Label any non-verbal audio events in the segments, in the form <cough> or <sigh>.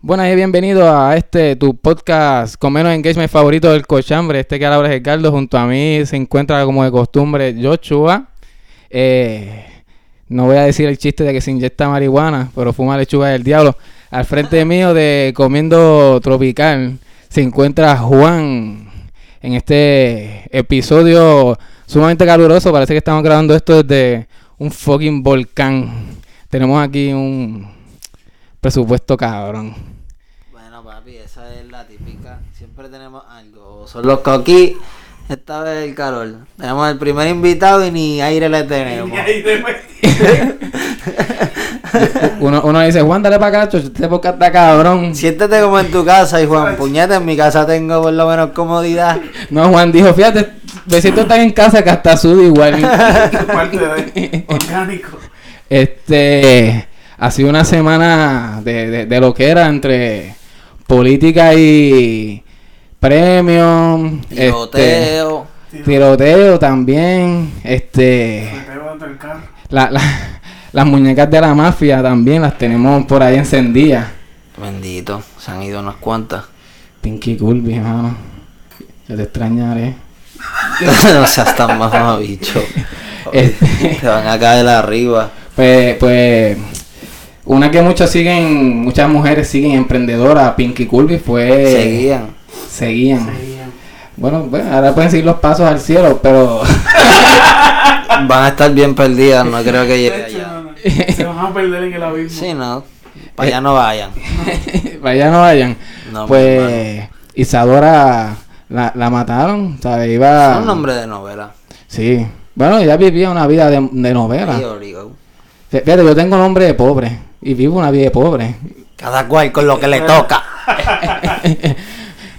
Buenas y bienvenidos a este, tu podcast con menos engagement favorito del cochambre. Este que habla es el Carlos. Junto a mí se encuentra, como de costumbre, Joshua. Eh, no voy a decir el chiste de que se inyecta marihuana, pero fuma lechuga del diablo. Al frente mío de Comiendo Tropical se encuentra Juan en este episodio sumamente caluroso. Parece que estamos grabando esto desde un fucking volcán. Tenemos aquí un presupuesto cabrón. Bueno, papi, esa es la típica. Siempre tenemos algo. Son los coquí. Esta vez el calor. Tenemos el primer invitado y ni aire le tenemos. <laughs> Uno, uno dice, Juan, dale para acá, chocho, este podcast está cabrón. Siéntete como en tu casa, y <laughs> Juan. Puñete, en mi casa tengo por lo menos comodidad. No, Juan dijo, fíjate, me siento tan en casa que hasta sudo igual. parte de eh. orgánico. Este, ha sido una semana de, de, de lo que era entre política y premios, este, Tiroteo. tiroteo también, este, Me pego dentro del carro. la- la- las muñecas de la mafia también las tenemos por ahí encendidas. Bendito, se han ido unas cuantas. <laughs> Pinky Culby, hermano. Yo te extrañaré. no seas tan mamabicho. Este, Te van a caer arriba. pues, pues, una que muchas siguen, muchas mujeres siguen emprendedoras, Pinky Culby fue... Seguían. Seguían. Seguían. Bueno, pues, ahora pueden seguir los pasos al cielo, pero <laughs> Van a estar bien perdidas, no creo que De lleguen hecho, allá. no, no. Se van a perder en el abismo. Sí, no. Para allá no vayan. vaya no vayan. No, mi pues Isadora la, la mataron, ¿sabes? Iba... Es un nombre de novela. Sí. Bueno, ella vivía una vida de, de novela. Ahí, obligado. Fí- Fíjate, yo tengo nombre de pobre y vivo una vida de pobre. Cada cual con lo que le toca.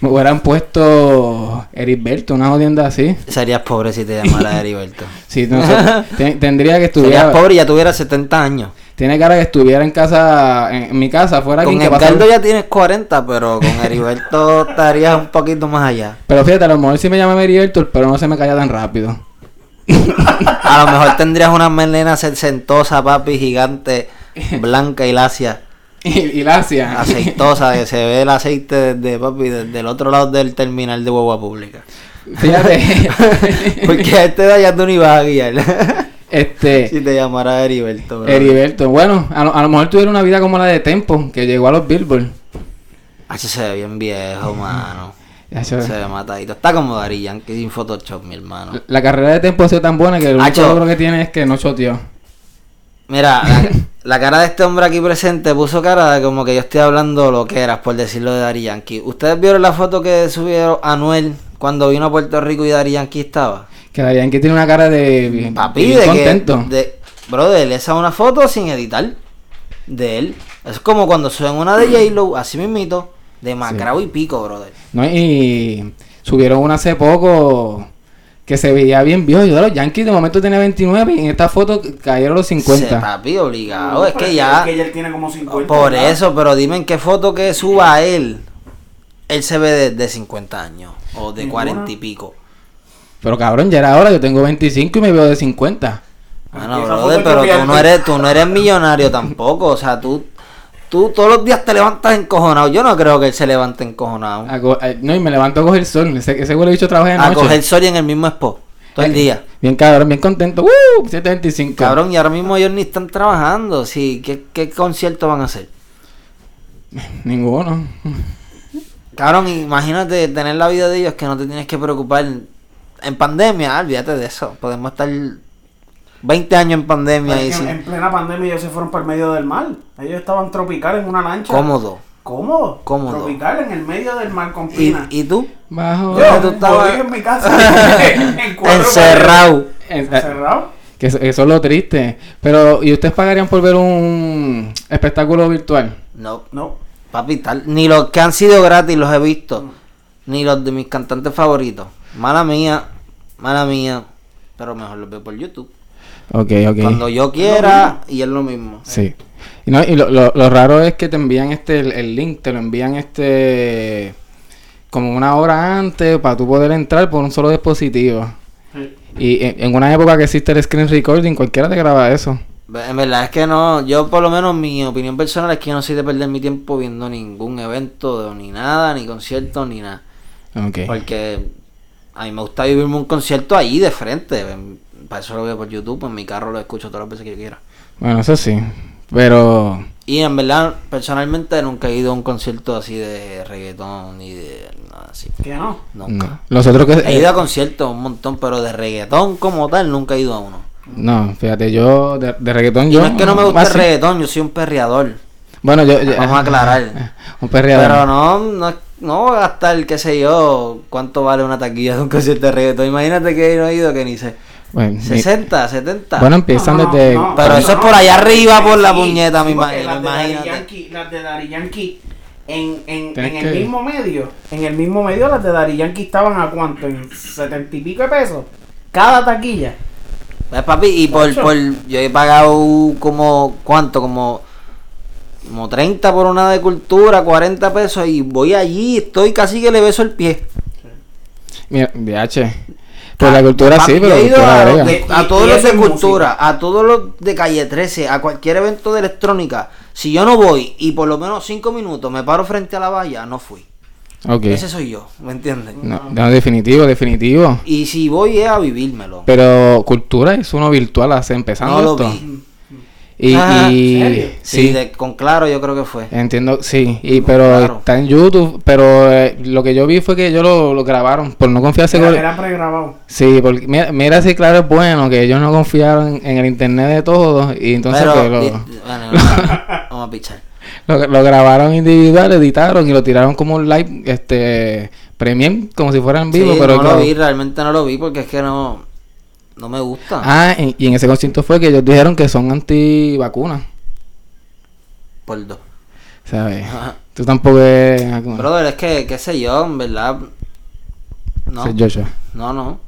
Me hubieran puesto Heriberto, una jodienda así. Serías pobre si te llamara Heriberto. Sí, no sé, te- tendría que Serías estudiar. pobre y ya tuvieras 70 años. Tiene cara que estuviera en casa, en, en mi casa, fuera Con quien que pasara- Edgardo ya tienes 40, pero con Heriberto estarías un poquito más allá. Pero fíjate, a lo mejor sí me llama Heriberto, pero no se me calla tan rápido. <laughs> A lo mejor tendrías una melena sentosa, papi, gigante, blanca y lacia. Y, y la Ah, hacía. Aceitosa, que se ve el aceite desde, papi, desde el otro lado del terminal de Guagua Pública. <laughs> Fíjate. <laughs> Porque a este de allá tú ni vas a guiar. <laughs> este, si te llamara Heriberto. bro. Heriberto, bueno, a lo, a lo mejor tuviera una vida como la de Tempo, que llegó a los Billboard. Ah, se ve bien viejo, mano. Ya se- Se ve matadito. Está como Dari Yankee sin Photoshop, mi hermano. la- La carrera de Tempo ha sido tan buena que el único Hacho. logro que tiene es que no choteó. Mira, <laughs> la, la cara de este hombre aquí presente puso cara de como que yo estoy hablando lo que eras, por decirlo de Dari Yankee. ¿Ustedes vieron la foto que subieron Anuel cuando vino a Puerto Rico y Dari Yankee estaba? Que la Yankee tiene una cara de. bien- Papi, bien de contento. que. De, brother, esa es una foto sin editar de él. Es como cuando suben una de J-Lo, así mismito, de Macrao y Pico, brother. ¿no? Y subieron una hace poco que se veía bien viejo. Yo de los Yankees de momento tenía 29 y en esta foto cayeron los 50. Se- papi, obligado. No, es pero que ya. que ya él tiene como 50. Por ¿verdad? eso, pero dime en qué foto que suba él. Él se ve de, de 50 años o de Ninguna. 40 y pico. Pero cabrón, ya era hora, yo tengo 25 y me veo de 50. Bueno, Esa brother, foto pero tú copiaste. no eres, tú no eres millonario tampoco. O sea, tú, tú todos los días te levantas encojonado. Yo no creo que él se levante encojonado. A co- a- no, y me levanto a coger sol. Ese, ese huele bicho trabaja de A noche. coger sol y en el mismo expo. Todo el Eh, día. Bien cabrón, bien contento. ¡Woo! 725. Cabrón, y ahora mismo ellos ni están trabajando. Sí, ¿qué, qué concierto van a hacer? Ninguno. <laughs> Cabrón, imagínate tener la vida de ellos que no te tienes que preocupar. En pandemia, ah, olvídate de eso. Podemos estar 20 años en pandemia Porque y en, sin- en plena pandemia ellos se fueron para el medio del mar. Ellos estaban tropical en una lancha. cómodo. Cómodo. Cómodo. Tropical en el medio del mar con ¿Y, pina. y tú? Bajo. Yo, tú morí estabas- en mi casa. <laughs> <laughs> en cuatro Encerrado. Eh, paredes. eh, Encerrado. que eso, eso es lo triste. Pero, ¿y ustedes pagarían por ver un espectáculo virtual? No, No. papi, tal. Ni los que han sido gratis los he visto. Ni los de mis cantantes favoritos. Mala mía, mala mía. Pero mejor los veo por YouTube. Ok, ok. Cuando yo quiera y es lo mismo. Sí. Eh. Y, no, y lo, lo- lo raro es que te envían este el, el link, te lo envían este como una hora antes para tú poder entrar por un solo dispositivo. Sí. Y en, en una época que existe el screen recording, cualquiera te graba eso. En verdad es que no, yo por lo menos mi opinión personal es que yo no soy de perder mi tiempo viendo ningún evento, ni nada, ni concierto, ni nada. Ok. Porque a mí me gusta vivirme un concierto ahí de frente. Para eso lo veo por YouTube, en mi carro lo escucho todas las veces que yo quiera. Bueno, eso sí. Pero. Y en verdad, personalmente nunca he ido a un concierto así de reggaetón ni de nada así. Que no. Nunca. No. Eh. Los otros que. He ido a conciertos un montón, pero de reggaetón como tal nunca he ido a uno. No, fíjate, yo. De, de reggaetón Y yo. no es que no me guste más- el reggaetón, yo soy un perreador. Bueno, yo. yo- Vamos a aclarar. <laughs> Un perreador. Pero no, no, no voy a gastar, qué sé yo, cuánto vale una taquilla de un <laughs> concierto de reggaetón. Imagínate que no he ido que ni sé. Bueno, 60, 70. bueno, empiezan No, no, desde. no. Pero eso es por allá arriba, por la puñeta, me porque imagino, Las de Daddy imagínate. Yankee, las de Daddy Yankee, en, en, Tienes en el que- mismo medio, en el mismo medio las de Daddy Yankee estaban a cuánto, en setenta y pico de pesos, cada taquilla. ¿Ves, papi? Y por, Ocho. por. Yo he pagado como. ¿Cuánto? Como. Como 30 por una de cultura, 40 pesos. Y voy allí, estoy casi que le beso el pie. Mira, DH. Pues la cultura Ah, Papi, sí, pero yo la he ido cultura a, brega. de- a Y- todos y los eso de es cultura, a todos los de calle 13, a cualquier evento de electrónica. Si yo no voy y por lo menos 5 minutos me paro frente a la valla, no fui. Ok. Ese soy yo, ¿me entiendes? No, no, definitivo, definitivo. Y si voy es a vivírmelo. Pero cultura es uno virtual, hace empezando No lo esto. vi. Ah, Y, Ajá, y- ¿en serio? Sí, sí, de- con claro yo creo que fue. entiendo, sí, y No, pero claro. está en YouTube, pero eh, lo que yo vi fue que ellos lo, lo grabaron por no confiarse Era, con era pregrabado. Sí, porque mira, mira si claro es bueno que ellos no confiaron en, el internet de todos y entonces Pero, pues, di- lo, <laughs> bueno, no, vamos a pichar. lo, lo grabaron individual, editaron y lo tiraron como un live este premium como si fuera en vivo, Sí, pero no claro. lo vi, realmente no lo vi porque es que no, no me gusta. Ah, y, y en ese concierto fue que ellos dijeron que son antivacunas, Por <laughs> dos. ¿sabes? Tú tampoco es Brother, es que, qué sé yo, en verdad. No, Soy Joshua. no, no.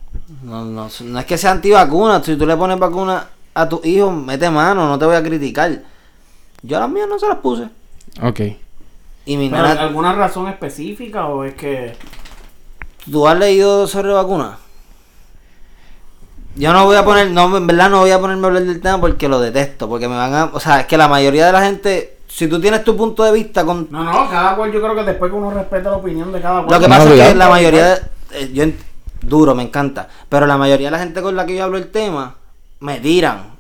No, no, no es que sea antivacuna. Si tú le pones vacuna a tu hijo, mete mano, no te voy a criticar. Yo a las mías no se las puse. Ok. Y mi Pero, nena, ¿Alguna razón específica o es que ¿tú has leído sobre vacunas? Yo no voy a poner, no, en verdad no voy a ponerme a hablar del tema porque lo detesto, porque me van a, o sea, es que la mayoría de la gente, si tú tienes tu punto de vista con No, no, cada cual yo creo que después que uno respeta la opinión de cada cual. Lo que No, pasa es que obligado. la mayoría, de- eh, yo ent- duro, me encanta, pero la mayoría de la gente con la que yo hablo el tema, me tiran.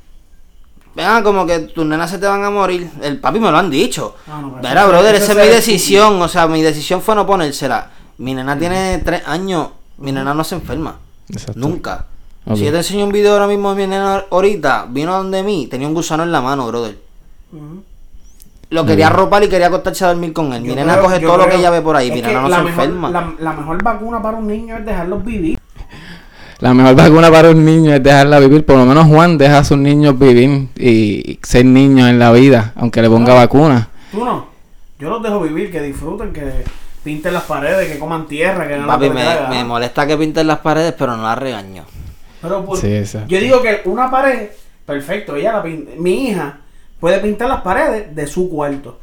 Vean, como que tus nenas se te van a morir. El papi me lo han dicho. Ah, no, pero Verá, eso- brother, eso esa es se- mi decisión. O sea, mi decisión fue no ponérsela. Mi Mm. nena tiene tres años. Mi nena no se enferma. Exacto. Nunca. Ok. Si yo te enseño un video ahora mismo de mi nena ahorita, vino donde mí, tenía un gusano en la mano, brother. Ujú. Lo quería arropar y quería acostarse a dormir con él. Mi Yo nena creo- coge yo todo lo que creo- ella ve por ahí. es Mi que nena no se la mejor- enferma. La, la mejor vacuna para un niño es dejarlos vivir. La mejor vacuna para un niño es dejarla vivir. Por lo menos Juan deja a sus niños vivir y ser niños en la vida, aunque le ponga Ah. vacuna. Tú no. Yo los dejo vivir, que disfruten, que pinten las paredes, que coman tierra, que no Papi, lo que les dé me, la me gana. molesta que pinten las paredes, pero no las regaño. Pero por- Sí, exacto. yo digo que una pared, perfecto, ella la pin- mi hija puede pintar las paredes de su cuarto.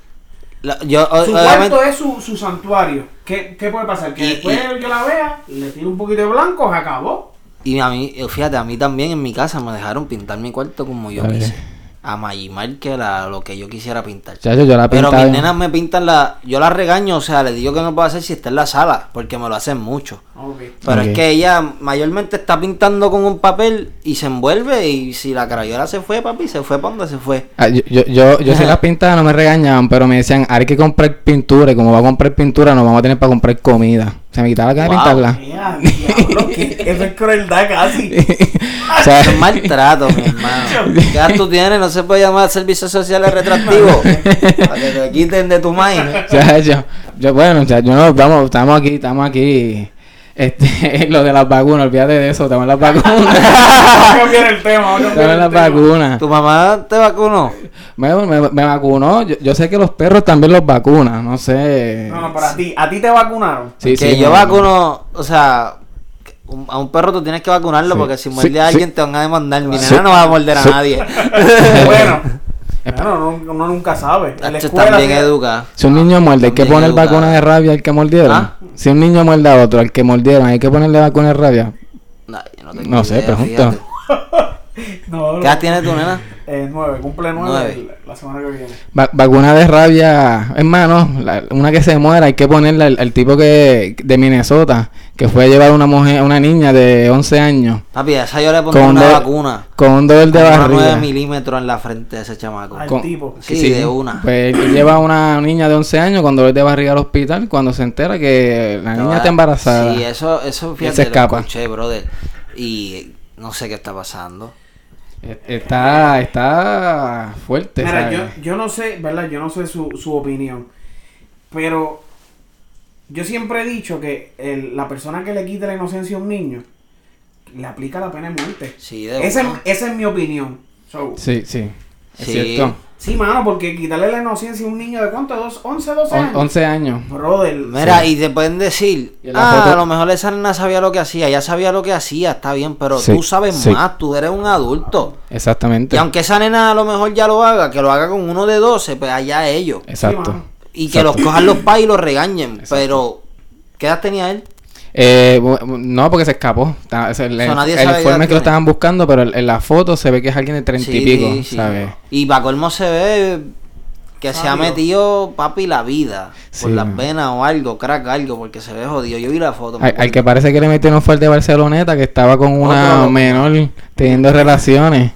La- yo, o- Su obviamente- cuarto es su, su santuario. ¿Qué, qué puede pasar? Que Y- después y- el que la vea le tira un poquito de blanco, se acabó. y a mí, eh, fíjate, a mí también en mi casa me dejaron pintar mi cuarto como yo Está bien. quise. A Mayimar que la, lo que yo quisiera pintar. Chacho, yo la Pero mis pintaba. nenas me pintan la... Yo las regaño, o sea, les digo que no puedo hacer si está en la sala, porque me lo hacen mucho. Ok. Pero Ok. es que ella mayormente está pintando con un papel y se envuelve y si la crayola se fue, papi, se fue para donde se fue. Ah, yo, yo, yo, yo sí Ajá. las pintaba, no me regañaban, pero me decían, hay que comprar pintura y como va a comprar pintura, no vamos a tener para comprar comida. Se me quitaba la cara Wow. de pintarla. <laughs> Ea, diablo, <laughs> que- que eso es crueldad casi. o sea, Eso es maltrato, <laughs> mi hermano. ¿Qué edad tú tienes? No se puede llamar servicios <laughs> sociales retractivos. para que te quiten de tu mind. chacho, yo, bueno, chacho, no, vamos, estamos aquí, estamos aquí. Este, <laughs> lo de las vacunas, olvídate de eso, estamos en las vacunas. <laughs> Vamos a cambiar el tema. vamos a estamos cambiar en el las tema. vacunas. ¿Tu mamá te vacunó? Me, me- me vacunó. Yo, yo sé que los perros también los vacunan. No sé. No, no, para ti. ¿A ti te vacunaron? Sí, que sí, yo me- vacuno, o sea, un- a un perro tú tienes que vacunarlo Sí. porque si Sí, muerde a sí. alguien te van a demandar. Mi Sí. nena no va a morder a Sí. <laughs> nadie. bueno, bueno no- uno, nunca sabe. En la Tacho, escuela, están bien mira, educada. Si un niño muerde, hay que También poner educada. vacuna de rabia al que mordieron. ¿Ah? Si un niño muerde a otro, al que mordieron, hay que ponerle vacuna de rabia. No, yo no, tengo No sé, idea, pregunto. fíjate. No, ¿Qué edad tiene tu nena? Eh, nueve, cumple nueve, Nueve. la- la semana que viene. Va- vacuna de rabia, hermano, la- una que se muera, hay que ponerla al, al tipo que de Minnesota, que fue a llevar a una mujer, a una niña de 11 años Papi, a esa yo le pondré Con una de- vacuna. con un dolor de Una 9 barriga. milímetros en la frente de ese chamaco. Al Con- tipo. Sí, Sí. de una. Pues <clears throat> él lleva a una niña de 11 años con dolor de barriga al hospital cuando se entera que la niña está embarazada. eh, Sí, eso, eso fíjate, se lo escapa. escuché, brother. Y no sé qué está pasando. E- Está, está fuerte, Mira, ¿sabes? yo, yo no sé, ¿verdad? Yo no sé su, su opinión. Pero yo siempre he dicho que el- la persona que le quite la inocencia a un niño le aplica la pena de muerte. Sí, de Esa, es- una. esa es mi opinión. So, Sí, sí. Es Sí. cierto. sí, mano, porque quitarle la inocencia a un niño de cuánto? Dos, 11, 12 On- años. 11 años. Brother. Mira, y te pueden decir, Y en la ah, foto- a lo mejor esa nena sabía lo que hacía, ya sabía lo que hacía, está bien, pero Sí, tú sabes sí. más, tú eres un adulto. Exactamente. Y aunque esa nena a lo mejor ya lo haga, que lo haga con uno de 12, pues allá ellos. Sí, Exacto. mano. Y que los cojan los pais y los regañen. Pero, ¿qué edad tenía él? Eh, bu- bu- no, porque se escapó. Ta- es El, O sea, nadie el sabe qué edad informe que tiene. lo estaban buscando, pero en en la foto se ve que es alguien de 30 y Sí, pico, sí. ¿sabes? Y para colmo se ve que se ha Rápido. metido papi la vida por Sí, las man. venas o algo, crack, algo, porque se ve jodido. Yo vi la foto. me Al, al acuerdo. que parece que le metieron fue el de Barceloneta, que estaba con una Otro loco. menor teniendo relaciones.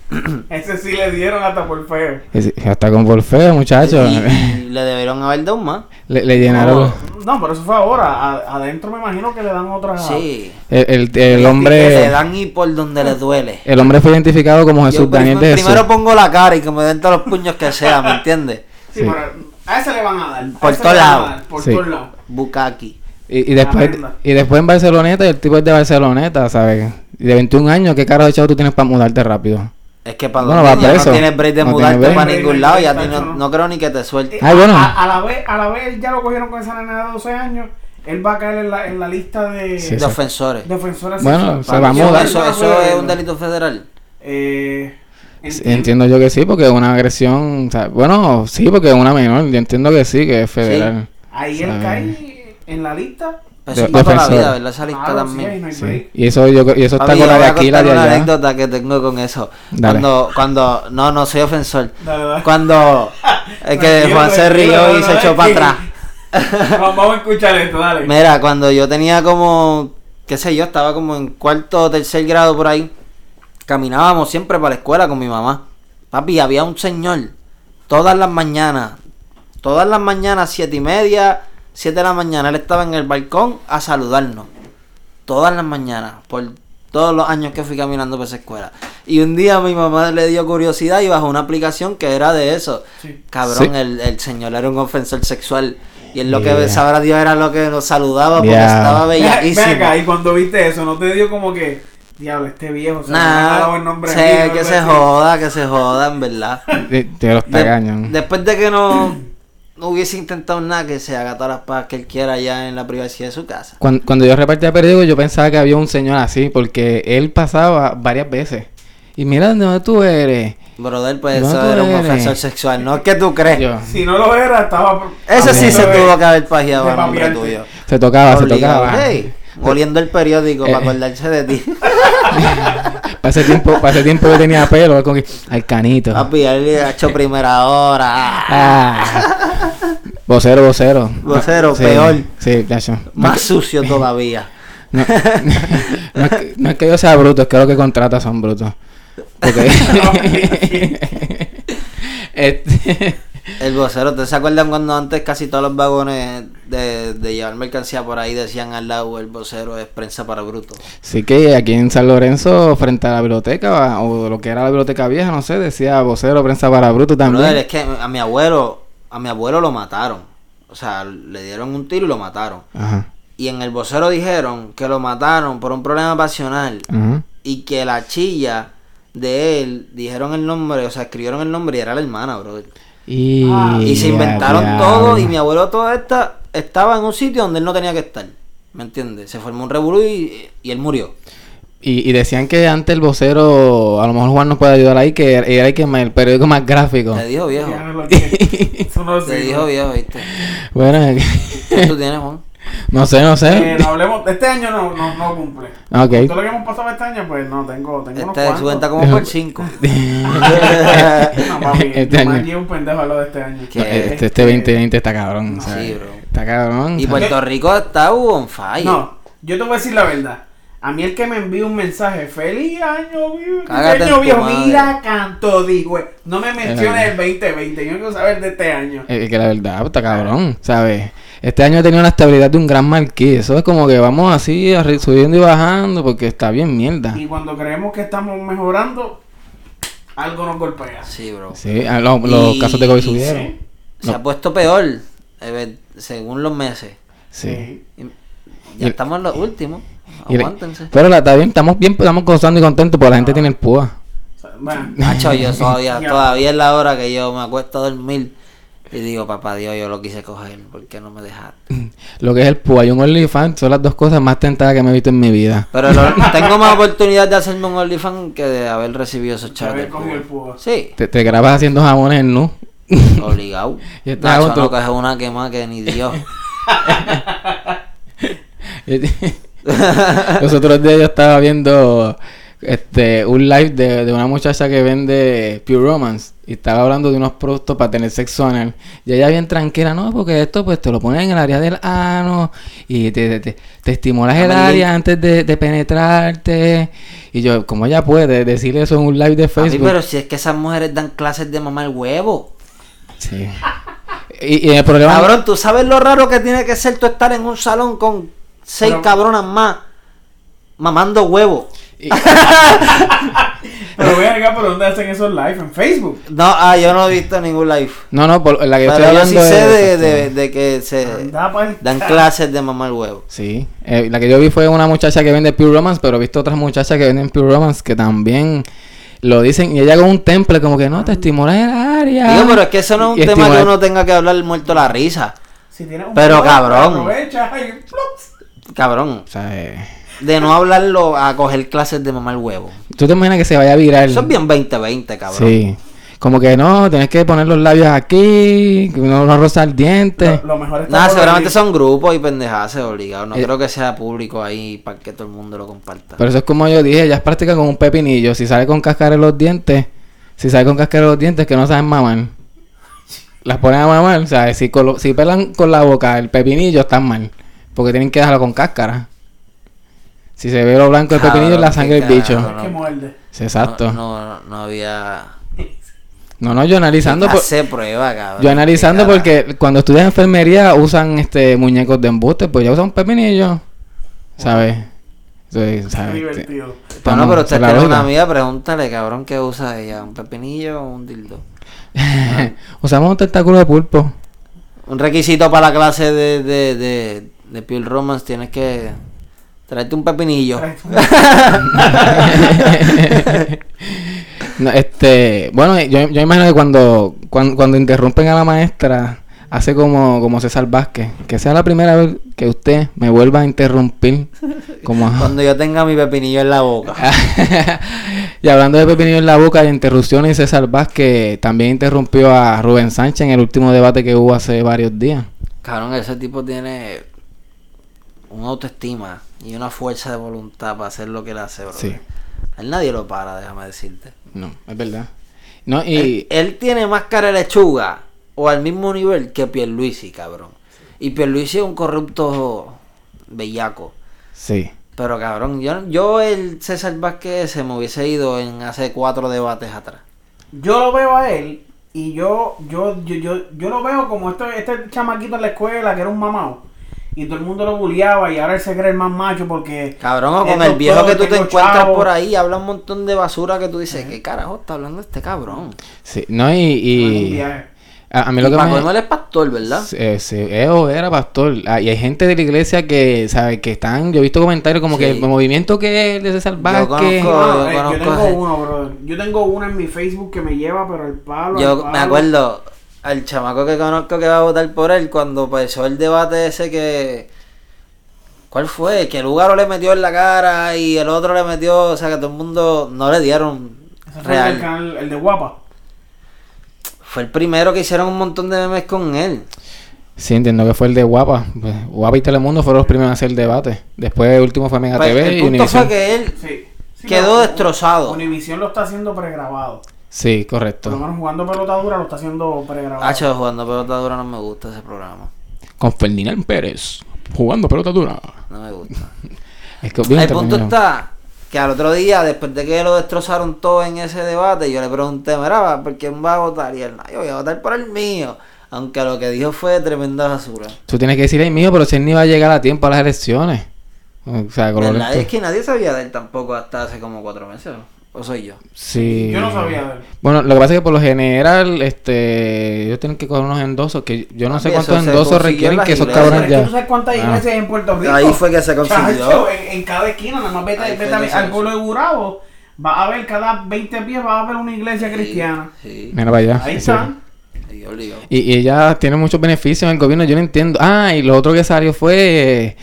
Ese sí le dieron hasta por feo. Es- Hasta con Volfeo, muchacho. Y, y le debieron haber dado más. <laughs> le, le llenaron. No, pero eso fue ahora. A- adentro me imagino que le dan otra. Sí. El, el- el Que le hombre dan y por donde le duele. el hombre fue identificado <laughs> como Jesús Yo Daniel primero, de Jesús. primero pongo la cara y que me den todos los puños que sea, ¿me entiendes? Sí, Sí. pero a ese le van a dar. a Por ese todos le van a lados. dar, Por Sí. todos lados. Bukaki. Y, y Ah, después, Arregla. y después en Barceloneta, el tipo es de Barceloneta, ¿sabes? Y de 21 años, ¿qué caro de chavo tú tienes para mudarte rápido? Es que para Bueno, donde va ya preso. no tienes break de No tiene mudarte break. para ningún lado, ya Exacto, tiene- no. no. creo ni que te suelte. Eh, Ah, bueno. A, a la vez, a la vez ya lo cogieron con esa nena de 12 años. Él va a caer en la, en la lista de Sí, de sí. ofensores. defensoras. Bueno, sexuales. se va a Eso- mudar. Eso, eso es un delito federal. Eh, Sí, entiendo. Entiendo yo que sí, porque es una agresión. o sea, bueno, sí, porque es una menor. Yo entiendo que sí, que es federal. Ahí Sí. él cae en la lista. Eso De- es para toda la defensor. vida, ¿verdad? Esa lista Claro, sí, ahí también. no hay Sí. break. Y eso, yo, y eso está Papi, con la yo de voy a aquí, la de contar una allá. anécdota que tengo con eso. Dale. Cuando, cuando, no, no soy ofensor. Dale, dale. Cuando <laughs> es que Tranquilo, Juan se tranquilo, rió y no, se no, echó es para que- atrás. <laughs> Vamos a escuchar esto, dale. Mira, cuando yo tenía como, qué sé yo, estaba como en cuarto o tercer grado por ahí, caminábamos siempre para la escuela con mi mamá. Papi, había un señor, todas las mañanas, todas las mañanas, siete y media, siete de la mañana, él estaba en el balcón a saludarnos. Todas las mañanas, por todos los años que fui caminando por esa escuela. Y un día mi mamá le dio curiosidad y bajó una aplicación que era de eso. Sí. Cabrón, Sí. el, el señor era un ofensor sexual. Y él lo que Yeah. sabrá Dios era lo que nos saludaba porque Yeah. estaba Ve- bellaquísimo. Ven acá, y cuando viste eso, ¿no te dio como que, diablo, este viejo se me ha dado el Nah, nombre sé aquí", que algo se así? joda, que se joda, en verdad. De, de los De- tacaños. después de que no, no hubiese intentado nada, que se haga todas las paz que él quiera ya en la privacidad de su casa. Cuan- Cuando, yo repartía periódicos, yo pensaba que había un señor así, porque él pasaba varias veces. Y mira de dónde tú eres. Brother, pues No, eso tú era un eres. ofensor sexual, no es que tú crees. Yo, Si no lo era, estaba. Eso sí También. se tuvo que haber pajeado De al hombre papiarte. tuyo. se tocaba, Ah, se Obligado. tocaba. Hey, oliendo el periódico Eh. para acordarse de ti. Para ese tiempo, para ese tiempo yo tenía pelo, como que, al canito. Papi, él ha hecho primera hora. Ah. Vocero, vocero. Vocero, Sí, peor. Sí, tacho. Más sucio todavía. No, no, es que, no es que yo sea bruto, es que lo que contrata son brutos. <laughs> Porque- <laughs> Este- El vocero, ¿ustedes se acuerdan cuando antes casi todos los vagones de, de llevar mercancía por ahí decían al lado el vocero es prensa para bruto? Así que aquí en San Lorenzo, frente a la biblioteca, o lo que era la biblioteca vieja, no sé, decía vocero, prensa para bruto también. Brother, es que a mi abuelo, a mi abuelo lo mataron. O sea, le dieron un tiro y lo mataron. Ajá. Y en el vocero dijeron que lo mataron por un problema pasional Ajá. y que la chilla de él dijeron el nombre, o sea, escribieron el nombre y era la hermana, brother. Y, Ah. Y se ya, inventaron diablo. todo y mi abuelo toda esta estaba en un sitio donde él no tenía que estar. ¿Me entiendes? Se formó un revolú y, y él murió. Y, y decían que antes el vocero, a lo mejor Juan nos puede ayudar ahí, que era era el, que, más- el periódico más gráfico. Te dijo viejo. <laughs> Ya no lo tiene. Eso no Te sirve. dijo viejo, ¿viste? Bueno, <laughs> <laughs> ¿Qué tú tienes, Juan? No sé, no sé. Eh, no hablemos, este año no, no, no cumple. Ok. Todo lo que hemos pasado este año, pues no, tengo, tengo unos Esta es cuantos. su Este cuenta <laughs> como por 5. No, papi, Este nomás año. llevo un pendejo a lo de este año. ¿Qué? No, Este, este 2020 está cabrón. Eh, Sí, ¿sabes? bro. Está cabrón. Y ¿sabes? Puerto Rico está uh, on fire. No, yo te voy a decir la verdad. A mí el que me envió un mensaje, feliz año, viejo, Cágate en feliz año, tu viejo, madre. mira, canto, digo, eh, no me menciones Ajá. el 2020, yo quiero saber de este año. Eh, que la verdad, está cabrón, ¿sabes? Este año he tenido la estabilidad de un gran marqués. Eso es como que vamos así, arri- subiendo y bajando, porque está bien mierda. Y cuando creemos que estamos mejorando, algo nos golpea. Sí, bro. Sí, a lo- los Y- casos de COVID y subieron. Se ha puesto peor eh, según los meses. Sí. Y- Ya Y- estamos en los últimos. Y pues, le- Aguántense. Ah. pero la, está bien, estamos bien, estamos gozando y contentos porque la gente tiene el púa. O sea, bueno, <laughs> Macho, <laughs> yo todavía, Ya. todavía es la hora que yo me acuesto a dormir y digo, papá Dios, yo lo quise coger, ¿por qué no me dejaste? Lo que es el púa y un OnlyFans son las dos cosas más tentadas que me he visto en mi vida. Pero lo- <laughs> tengo más oportunidad de hacerme un OnlyFans que de haber recibido esos chavos. haber del cogido el cubo. <laughs> cubo. Sí, Te, te grabas haciendo jabones en nu. <laughs> obligado. Y este Nacho, otro. no coges una que más que <laughs> ni Dios. <laughs> <laughs> Los otros días yo estaba viendo este un live de, de una muchacha que vende Pure Romance y estaba hablando de unos productos para tener sexo anal. Y ella bien tranquila, no, porque esto pues te lo ponen en el área del ano y te, te, te- te estimulas el Amarillo. área antes de, de penetrarte. Y yo, como ella puede decir eso en un live de Papi, Facebook. pero si es que esas mujeres dan clases de mamar huevo. Sí. Y, y el problema... Cabrón, tú sabes lo raro que tiene que ser tú estar en un salón con seis Pero- cabronas más mamando huevo. y- Pero vean acá por dónde hacen esos live, en Facebook. No, ah, yo no he visto ningún live. no, no, por la que Pero estoy yo hablando sí sé de, es- de- de que se Anda pues. pa'l Eh, <laughs> dan ca- clases de mamar huevo. Sí, eh, la que yo vi fue una muchacha que vende Pure Romance, pero he visto otras muchachas que venden Pure Romance que también lo dicen. Y ella con un temple, como que no, te estimulas el área. Digo, pero es que eso no es Y un tema que estimular- uno tenga que hablar muerto la risa. Si tienes un Pero, cubo, cabrón. Aprovecha y plops. Cabrón, O sea, eh, de no hablarlo a coger clases de mamar huevo. tú te imaginas que se vaya a virar. Eso es bien 2020, cabrón. Sí, como que no, tienes que poner los labios aquí, que uno no roza el diente. Lo, lo mejor está Nada, por seguramente venir. son grupos y pendejadas obligado. No Eh. creo que sea público ahí para que todo el mundo lo comparta. Pero eso es como yo dije, ella es práctica con un pepinillo. Si sale con cáscara en los dientes, si sale con cáscara en los dientes, que no saben mamar. Las ponen a mamar, o sea, si, colo- si pelan con la boca el pepinillo, están mal. Porque tienen que dejarlo con cáscara. Si se ve lo blanco del Cabrón, pepinillo, es la sangre qué del bicho. carajo. Es que muerde. Sí, Exacto. No, no, No, no, no había. yo analizando. por- Hace prueba, cabrón. yo analizando Qué cara. porque cuando estudias enfermería usan este muñecos de embuste, pues ya usan pepinillo. ¿Sabes? Sí, Qué ¿sabes? Este, divertido. Pero no, pero Esa usted es la tiene una lógica. amiga, pregúntale, cabrón, ¿qué usa ella? ¿Un pepinillo o un dildo? <laughs> Usamos un tentáculo de pulpo. Un requisito para la clase de, de, de, de Pure Romance tienes que traerte un pepinillo. No, este, bueno, yo, yo imagino que cuando, cuando, cuando interrumpen a la maestra, hace como, como César Vázquez, que sea la primera vez que usted me vuelva a interrumpir. Como <laughs> Cuando yo tenga mi pepinillo en la boca. <laughs> y hablando de Pepinillo en la boca y interrupciones, César Vázquez también interrumpió a Rubén Sánchez en el último debate que hubo hace varios días. Cabrón, ese tipo tiene una autoestima y una fuerza de voluntad para hacer lo que él hace, bro. Sí. A él nadie lo para, déjame decirte. No, es verdad. No, Él, y él tiene más cara de lechuga o al mismo nivel que Pierluisi, cabrón. Y Pierluisi es un corrupto bellaco. sí. Pero cabrón, yo, yo el César Vázquez se me hubiese ido en hace cuatro debates atrás. Yo lo veo a él y yo, yo, yo, yo, yo lo veo como este, este chamaquito en la escuela que era un mamado. Y todo el mundo lo bulliaba y ahora él se cree el más macho porque... Cabrón, o es con el viejo doctor, que tú te tengo encuentras chavos. por ahí, habla un montón de basura que tú dices, ¿qué carajo está hablando este cabrón? Sí, no, y, Bueno, un eh. y viaje. a, a mí Y lo que para me... colmo él es pastor, ¿verdad? Sí, eh, sí, eh, o era pastor. Ah, y hay gente de la iglesia que, sabe Que están, yo he visto comentarios como que Sí. el movimiento que es de César Vázquez. conozco- Mano, yo conozco eh, yo tengo gente. uno, brother. Yo tengo uno en mi Facebook que me lleva, pero el palo. al Yo palo. me acuerdo al chamaco que conozco que va a votar por él cuando pasó el debate ese que... ¿Cuál fue? Que el Lugaro le metió en la cara y el otro le metió, o sea que todo el mundo no le dieron Ese fue El, real. del canal, el de Guapa. Fue el primero que hicieron un montón de memes con él. Sí, entiendo que fue el de Guapa. Pues, Guapa y Telemundo fueron los primeros en hacer el debate. Después el último fue Mega Pues, TV el y punto Univision. fue que él Sí. Sí, quedó pero destrozado. Univision lo está haciendo pregrabado. Sí, Por lo correcto. menos jugando pelota dura lo está haciendo pregrabado. Hacho, jugando pelota dura no me gusta ese programa. Con Ferdinand Pérez. Jugando pelota dura. No me gusta. <laughs> Es que El obviamente, punto coño, está que al otro día, después de que lo destrozaron todo en ese debate, yo le pregunté, mira, ¿por quién va a votar? Y él, "No, yo voy a votar por el mío. Aunque lo que dijo fue tremenda basura. Tú tienes que decir el mío, pero si él ni va a llegar a tiempo a las elecciones. O sea, con lo ¿Verdad? lento. Es que nadie sabía de él tampoco hasta hace como cuatro meses. ¿o? ¿O soy yo? Sí. Yo no sabía de él. Bueno, lo que pasa es que por lo general, este, ellos tienen que coger unos endosos, que yo no sé Papi, eso cuántos se endosos consiguió en requieren las que esos iglesias. cabrones Pero es que ya. ¿Tú sabes cuántas Ah. iglesias hay en Puerto Rico? Ahí fue que se consiguió. Chacho, en, en cada esquina, nada más vete, Ahí vete fue que al, se al hizo. pueblo de Gurabo. Va a haber cada 20 pies, va a haber una iglesia cristiana. Sí, Mira para allá. Ahí Ah, sí. están. sí, obligado. Y, y ella tiene muchos beneficios en el gobierno, yo no entiendo. Ah, y lo otro que salió fue eh,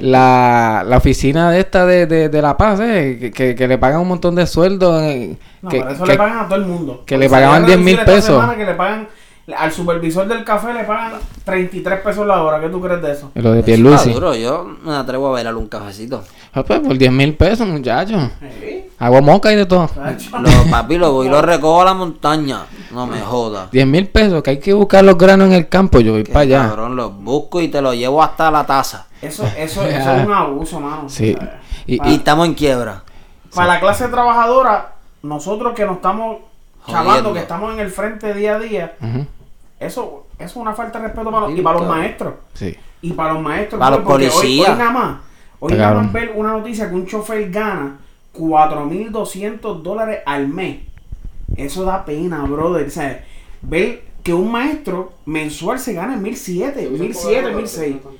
la, la oficina de esta de, de, de La Paz, eh, que, que, que le pagan un montón de sueldos. eh, No, que, pero eso que- le pagan a todo el mundo. que le Porque pagaban salió a 10.000 reducir esta pesos. semana Que le pagan, al supervisor del café le pagan 33 pesos la hora. ¿Qué tú crees de eso? lo de Eso está Pierluisi. Ah, duro, yo me atrevo a bailar un cafecito. Ah, pues por 10 mil pesos, muchachos. Sí, Agua moca y de todo. chacho. Lo, papi, lo voy y lo recojo a la montaña. No me jodas. 10 mil pesos, que hay que buscar los granos en el campo, yo voy Que, para allá. Cabrón, los busco y te los llevo hasta la taza. Eso, eso, eso es un abuso, mano. Sí. O sea, Y, Y y- estamos en quiebra. Para la clase trabajadora, nosotros que nos estamos chavando, Jodiendo. que estamos en el frente día a día, Ujú, eso, eso es una falta de respeto para los, Sí, y para los claro. maestros. sí. Y para los maestros. Para brother, los porque hoy- policías. Hoy, nada más. Hoy Está nada cabrón. más ver una noticia que un chofer gana 4.200 dólares al mes. Eso da pena, brother. O sea, ver que un maestro mensual se gana 1.700, 1.700, 1.600.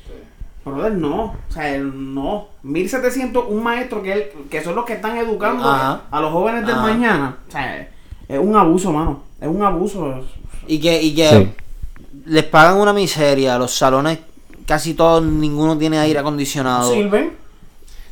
Brother, no. O sea, no. 1.700 un maestro que, él- que son los que están educando Ajá. a los jóvenes del Ajá. mañana. O sea, es un abuso, mano. Es un abuso. Y que, y que Sí. les pagan una miseria. Los salones, casi todos, ninguno tiene aire acondicionado. Silven.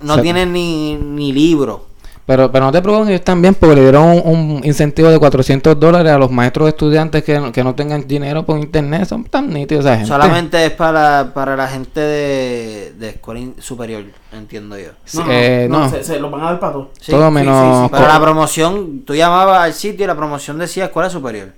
No Sí. tienen ni, ni libro. Pero, pero no te preocupes, ellos también, porque le dieron un, un incentivo de 400 dólares a los maestros estudiantes que, no- que no tengan dinero por internet. Son tan nítidos esa gente. Solamente es para, para la gente de, de escuela in- superior, entiendo yo. No, no, Eh, no, no. Se, se lo van a dar para todos. Sí, Todo sí, menos- sí, sí. Para la promoción, tú llamabas al sitio y la promoción decía escuela superior.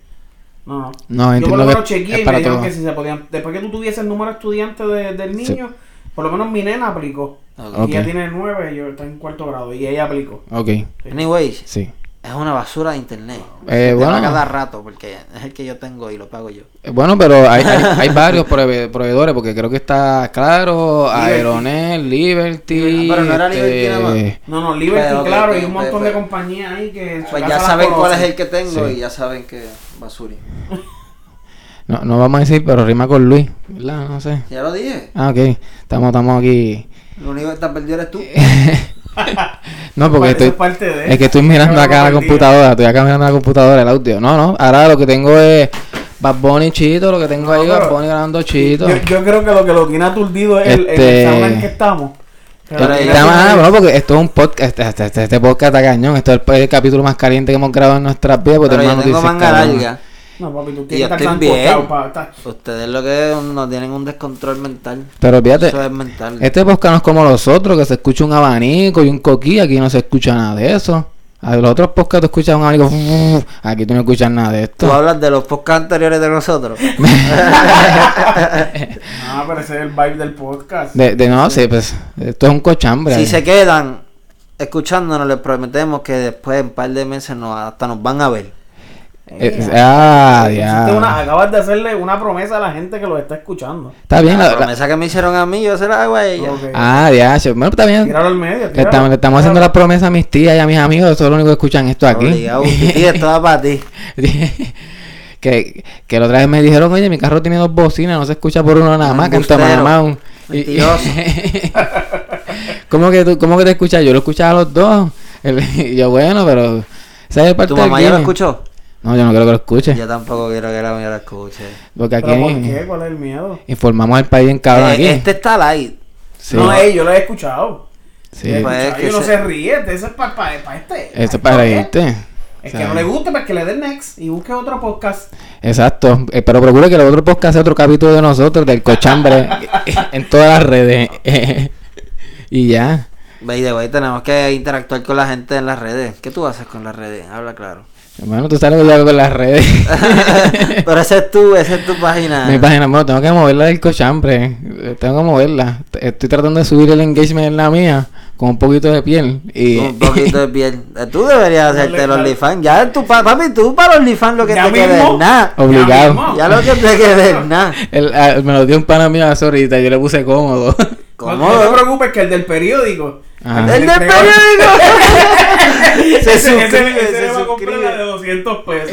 No, no. No, yo por entiendo lo que menos chequeé es y me para dijeron todo. que si se podían. Después que tú tuvieses el número de estudiante de- del Sí. niño, por lo menos mi nena aplicó. Ok. Ok. Y ella tiene nueve y yo está en cuarto grado. Y ella aplicó. Ok, Anyways, sí. es una basura de internet. Eh, Se te va bueno. cada rato porque es el que yo tengo y lo pago yo. Eh, Bueno, pero hay, hay, hay varios prove- proveedores, porque creo que está Claro, Liberty. Aeronet, Liberty. Ah, pero no era Liberty nada más. este, No, no, Liberty, Pero, ok, claro, ok, y un pues, montón pues. de compañías ahí que. en su Pues casa ya las saben cuál es conocen. el que tengo Sí. y ya saben que basura. no, no vamos a decir, pero rima con Luis, ¿verdad? No sé. Ya lo dije. Ah, ok. Estamos, estamos aquí. <laughs> Lo único que está perdido eres tú. No, porque Eso es estoy, parte de. Es que estoy mirando Ahora acá la lo perdí. computadora, estoy acá mirando la computadora, el audio. No, no, ahora lo que tengo es Bad Bunny Chito, lo que tengo ahí pero- Bad Bunny ganando Chito. Yo, yo creo que lo que lo tiene aturdido es el, el Este- examen en que estamos. Que Pero lo Pero el tiene ya- tema- ah, aturdido- bueno, porque esto es un podcast, este, este- este podcast está cañón, esto es el, el capítulo más caliente que hemos grabado en nuestras vidas, porque Pero yo tenemos tengo noticias manga cabronas. larga. No, papi, tú Y yo tienes que estoy estar bien. tan para estar. Ustedes lo que no tienen un descontrol mental. Pero fíjate, Eso es mental. este podcast no es como los otros, que se escucha un abanico y un coquí, aquí no se escucha nada de eso. A los otros podcasts tú escuchas un abanico, aquí tú no escuchas nada de Tú esto. hablas de los podcasts anteriores <laughs> de nosotros. <laughs> Ah, pero ese es el vibe del podcast. De, de no, sí, pues, esto es un cochambre. si se quedan escuchándonos, les prometemos que después, en un par de meses, nos, hasta nos van a ver. Eh, ah, Hiciste ya. una- acabas de hacerle una promesa a la gente que lo está escuchando. Está bien, la, la- la- promesa que me hicieron a mí, yo se la hago a ella. Ok. Ah, ya, che, bueno, está bien. Tíralo al medio. Le tíralo. estamos, le estamos haciendo la promesa a mis tías y a mis amigos, eso es lo único que escuchan esto aquí. Obligado, y estaba para ti. <laughs> que, que la otra vez me dijeron, oye, mi carro tiene dos bocinas, no se escucha por una nada más, canta Embustero. mamá. un- y- y- Mentiroso. <laughs> ¿Cómo, que tú, ¿Cómo que te escuchas? Yo lo escuchaba a los dos. El- <laughs> y yo, bueno, pero... ¿Sabes parte ¿Tu del mamá ya lo gaming. escuchó? No, yo no quiero que lo escuche. Yo tampoco quiero que la mía la escuche. Porque ¿Pero por aquí qué? ¿Cuál es el miedo? informamos al país en cabrón. Eh, aquí. Este está light. Sí, No, ey, yo lo he escuchado. sí. Yo lo he Pues es escuchado, que y uno se- se ríe. Eso es para este. Eso es para este. irte. Es O sea, que no le guste, para que le den next y busque otro podcast. Exacto. Eh, pero procure que el otro podcast sea otro capítulo de nosotros, del <laughs> cochambre, en todas las redes. <laughs> y ya. By the way, tenemos que interactuar con la gente en las redes. ¿Qué tú haces con las redes? Habla claro. <laughs> Hermano, tú sabes lo que yo hago con las redes. Pero esa es tu, esa es tu página. Mi página, bueno, tengo que moverla del cochambre. Eh, Tengo que moverla. T- Estoy tratando de subir el engagement en la mía con un poquito de piel. Y, Un poquito de piel. Eh, Tú deberías hacerte los OnlyFans. Ya tu pa- papi, tú para los OnlyFans lo que Ya te queda es mismo. nada. Obligado. Ya mismo. Ya lo que te queda es nada. <laughs> el- ah, me lo dio un pana mío hace ahorita. Yo le puse <laughs> cómodo. No, no te Cómodo. preocupes que el del periódico. Ajá. ¡El del Entregó- periódico! <laughs> se ese, ese- suscribe, ese se le va a comprar la de suscribe. 200 pesos.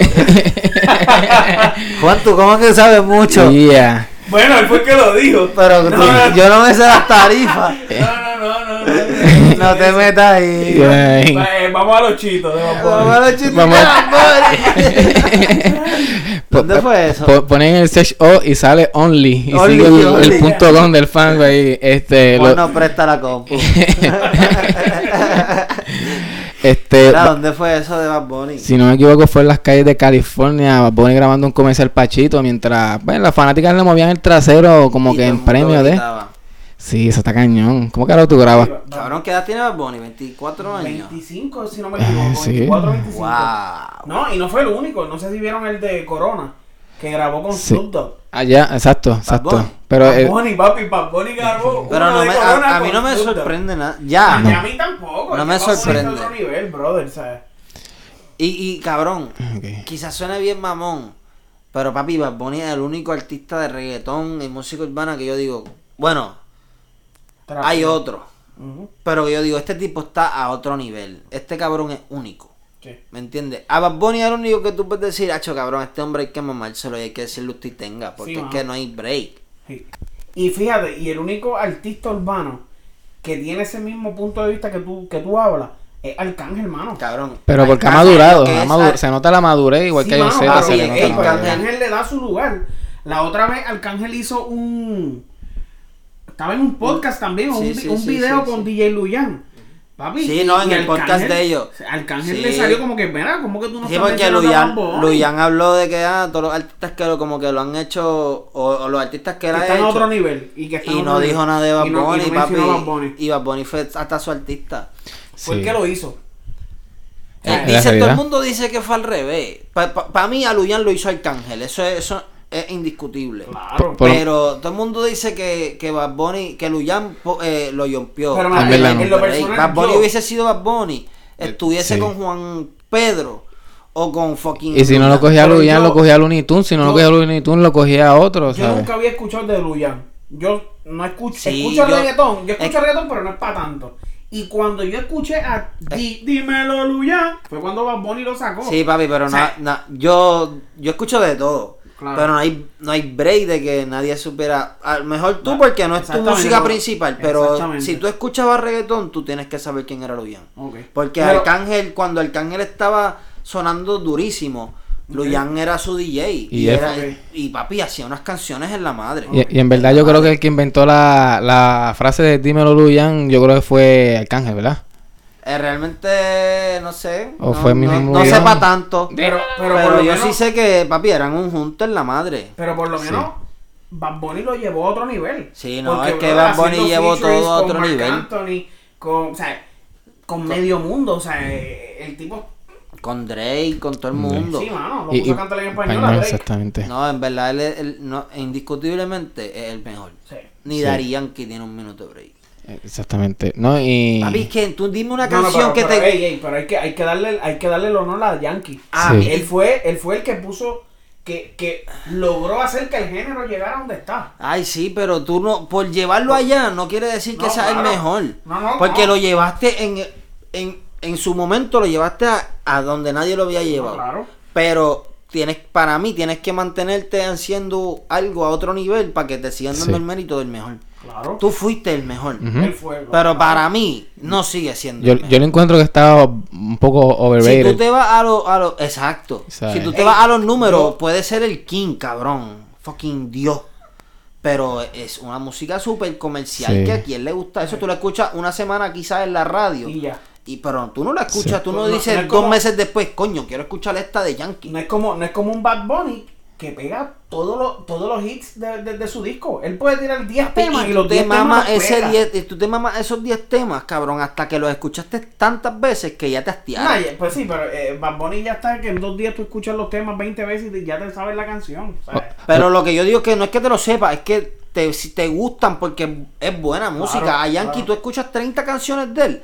Juan, tú cómo que sabes mucho. <laughs> Yeah. bueno, él fue el que <laughs> lo dijo. Pero No, tú- no. yo no me sé las tarifas. No, no, no, no. no, <laughs> No te metas ahí. Ay. Va- eh, vamos a los chitos de vapor. Vamos a los chistes Vamos. de <laughs> Bad Bunny. ¿Dónde Po- fue eso? po- ponen el search O y sale only. Y Only, sigue el, el only. punto don del fango ahí. Este, Juan lo- no presta la compu. <laughs> este, Mira, ¿dónde fue eso de Bad Bunny? Si no me equivoco, fue en las calles de California. Bad Bunny grabando un comercial Pachito mientras bueno, las fanáticas le movían el trasero como Y que todo el en mundo premio de. gritaba. Sí, eso está cañón. ¿Cómo que ahora tú grabas? Cabrón, ¿qué edad tiene Bad Bunny? 24 años. 25, si no me Eh, equivoco. sí. 24, 25. Wow. No, y no fue el único. No sé si vieron el de Corona, que grabó con Sí. Snoop Dogg. Allá, exacto, Bunny. exacto. Pero Bad eh, Bunny, papi, Bad Bunny grabó. Pero uno no de pues, me, Corona a, a mí con no me Snoop Dogg. sorprende nada. Ah, Ya. ni a mí tampoco. No es me que Bad Bunny está en sorprende. otro nivel, brother, ¿sabes? Y, y cabrón, ok. quizás suene bien mamón, pero papi, Bad Bunny es el único artista de reggaetón y música urbana que yo digo, bueno, Trap. hay otro, Ujú, pero yo digo, este tipo está a otro nivel, este cabrón es único, sí. ¿me entiendes? A Bad Bunny es el único que tú puedes decir, hacho cabrón, este hombre hay que mamárselo y hay que decirle usted tenga, porque Sí, es mano. que no hay break. Sí. Y fíjate, y el único artista urbano que tiene ese mismo punto de vista que tú, que tú hablas es Arcángel, hermano. Cabrón. pero porque ha Arcángel, madurado, lo que ha es madu- ar- se nota la madurez igual Sí, que yo mano, sé. claro, se papi, le ey, nota ey, la pero madurez. Arcángel. Arcángel le da su lugar. La otra vez Arcángel hizo un... Estaba en un podcast también, o Sí, un, vi- sí, un sí, video sí, con sí. DJ Luyan. Papi, Sí, y- no, en y el podcast de ellos. Arcángel Sí. le salió como que, mira, como que tú no Sí, estás porque mencionando a Luyan, Bad Bunny? Luyan habló de que ah, todos los artistas que lo, como que lo han hecho, o, o los artistas que Que él ha está en hecho, otro nivel. Y, que está en y otro no nivel. dijo nada de Bad Y no- Bunny, y no mencionó a Bad Bunny. papi. Y Bad Bunny fue hasta su artista. Fue el Sí. pues, que lo hizo. Eh, Eh, la dice, todo el realidad. mundo dice que fue al revés. Para mí, a Luyan lo hizo Arcángel. Eso es, eso es indiscutible. Claro. Por- Pero todo el mundo dice que, que Bad Bunny, que Luyan po- eh, lo yompió. Pero, mira, en- en lo Break. personal, Bad Bunny yo- hubiese sido Bad Bunny, estuviese sí. con Juan Pedro o con fucking. Y si no lo Luyan. cogía Pero Luyan, yo- lo cogía Looney Tunes. Si no lo yo- cogía Looney Tunes, lo cogía otro, Yo ¿sabes? nunca había escuchado de Luyan. Yo no escucho, Sí, escucho yo- reggaetón, yo escucho es- reggaetón, pero no es para tanto. Y cuando yo escuché a Di- Dímelo Luyan, fue cuando Bad Bunny lo sacó. Sí, papi, pero O sea- no, no- yo, yo escucho de todo. Claro. Pero no hay, no hay break de que nadie supera. A lo mejor tú, No, porque no es tu exactamente, música no. principal. Pero Exactamente. si tú escuchabas reggaetón, tú tienes que saber quién era Luyan. Ok. Porque Pero- Arcángel, cuando Arcángel estaba sonando durísimo, Luyan era su DJ. Y, Y era- él- y papi hacía unas canciones en la madre. Y, y en verdad Ah, yo creo que el que inventó la, la frase de dímelo Luyan, yo creo que fue Arcángel, ¿verdad? Eh, realmente, no sé. O no, fue mi no, mismo no video. sepa tanto. Pero- pero por pero lo yo sí menos- sé que, papi, eran un junto en la madre. Pero por lo menos Bad Bunny lo llevó a otro nivel. Sí, no, es que brother, Bad Bunny haciendo llevó todo features a con otro Marc nivel. Anthony, con, o sea, con medio mundo, o sea, eh, el tipo, Con Drake, con todo el mundo. sí, mano, lo Y- puso y- a cantar en español, español, a Drake. exactamente. No, en verdad, él, es- él no, indiscutiblemente es el mejor. Sí. Ni Sí. Darían que tiene un minuto de break. Exactamente. No, y... Papi, es que tú dime una No, no, canción pero- que pero, te. ey, ey, pero hay que, hay que darle, hay que darle el honor a Yankee. Ah, Sí. Él fue, él fue el que puso, que, que logró hacer que el género llegara donde está. Ay, sí, pero tú no. Por llevarlo allá no quiere decir que No, sea el claro. mejor. No, no, porque no. lo llevaste en, en, en su momento, lo llevaste a, a donde nadie lo había llevado. Ah, claro. Pero tienes para mí tienes que mantenerte haciendo algo a otro nivel para que te sigan dando Sí. el mérito del mejor. Claro. Tú fuiste el mejor. Ujú. Él fue. Ah, Pero para mí no sigue siendo. Yo, el yo mejor. le encuentro que estaba un poco si tú overrated. te vas a los a lo, exacto. ¿Sabes? Si tú te Ey, vas a los números, yo- puede ser el king, cabrón. Fucking Dios. Pero es una música súper comercial Sí. que a quien le gusta eso. Tú la escuchas una semana quizás en la radio. Y ya. Y pero tú no la escuchas, tú no No, dices no es dos como- meses después, coño, quiero escuchar esta de Yankee. No es como, no es como un Bad Bunny que pega todos los, todos los hits de, de- de su disco. Él puede tirar 10 temas y y, tú los te 10 temas mamas los ese pega. 10 y tú te mamas esos 10 temas, cabrón, hasta que los escuchaste tantas veces que ya te No, hastiaron. ya- pues sí, pero eh, Bad Bunny ya está que en dos días tú escuchas los temas 20 veces y ya te sabes la canción. ¿sabes? Pero lo que yo digo es que no es que te lo sepas, es que te, si te gustan porque es buena música. a Yankee claro. tú escuchas 30 canciones de él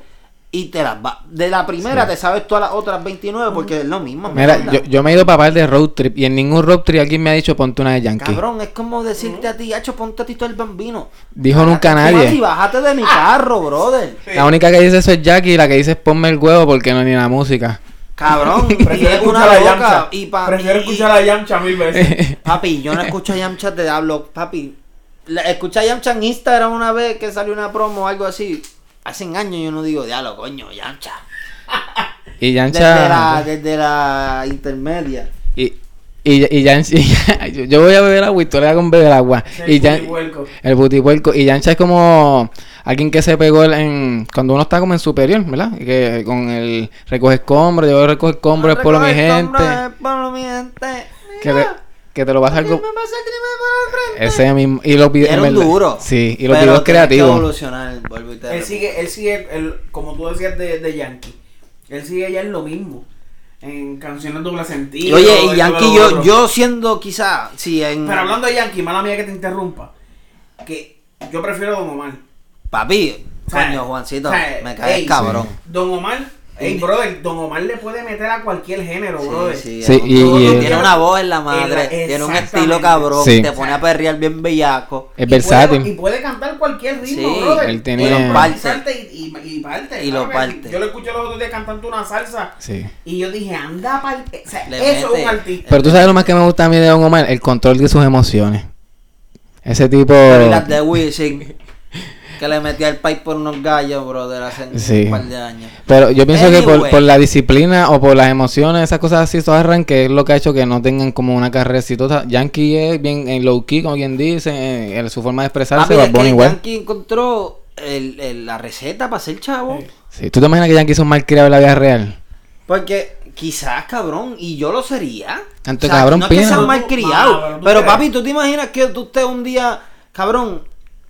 y te las va. De la primera te sabes todas las otras 29 porque es lo mismo. Mira, mierda. yo, yo me he ido para par de road trip y en ningún road trip alguien me ha dicho ponte una de Yankee. Cabrón, es como decirte a ti, hacho, ponte a Tito el Bambino. Dijo nunca nadie. Y bájate de mi Ah. carro, brother. La única que dice eso es Jackie y la que dice es ponme el huevo porque no ni la música. <laughs> Cabrón, y <laughs> Prefiero es una escuchar a loca. Yamcha. Y pa- Prefiero y- escuchar a Yamcha mil veces. Papi, yo no escucho a Yamcha, te hablo, papi. La- escuché a Yamcha en Instagram una vez que salió una promo o algo así. Hace años yo no digo, diablo, coño, Yamcha. Y Desde Yancha. la, desde la intermedia. Y, y, y Yancha. <laughs> yo- yo voy a beber agua y tú le das con beber agua. y El Yan- putipuerco. El butipuerco. Y Yancha es como alguien que se pegó el- en. Cuando uno está como en superior, ¿verdad? Que con el recoge escombros, yo recoge escombros, es por mi Ah, Recoge gente. escombros, eh. es por mi gente. Que te, que te lo vas a ¿Quién algo. me pasa el crimen por el frente? Ese mismo. Y los videos. Era un duro. Sí, y los Pero videos tienes que creativos. evolucionar, vuelvo y te <laughs> Él repito. sigue, él sigue, él- como tú decías de, de Yankee, él sigue ya en lo mismo. En canciones doble Y sentido. oye, esto, y Yankee, lo yo, otro. yo siendo quizá, si en... Pero hablando de Yankee, mala mía que te interrumpa. Que yo prefiero a Don Omar. Papi, O sea, coño, Juancito, o sea, me caes ey, cabrón. Don Omar, ey, brother, Don Omar le puede meter a cualquier género, brother. Sí, sí, Sí, es un y- duro, y- tiene una voz en la madre, Era- tiene un estilo exactamente. cabrón, Sí. te pone a perrear bien bellaco. Es Y puede- versátil. Y puede cantar cualquier ritmo, Sí, brother. él tiene- Y lo parte. parte. Y, y parte. Y lo ¿sabes? parte. Yo lo escuché los otros días cantando una salsa. Sí. Y yo dije, anda pa'l... O sea, Le eso es mete. un artista. Pero tú sabes lo más que me gusta a mí de Don Omar, el control de sus emociones. Ese tipo. Y las de Wisin, que le metía el pipe por unos gallos, brother, hace Sí. un par de años. Pero yo pienso que por, Anyway. por la disciplina o por las emociones, esas cosas así, esos arranques es lo que ha hecho que no tengan como una carrera exitosa. Yankee es bien en low key, como quien dice, en, en su forma de expresarse, Papi, Bad es Bunny que igual. Yankee encontró el- el- la receta para ser chavo. Sí. ¿Tú te imaginas que Yankee es un malcriado en la vida real? Porque quizás, cabrón, y yo lo sería. Tanto cabrón, no es que pina. seas mal Mamá, pero criado. tú Pero crees. papi, tú te imaginas que tú estés un día, cabrón,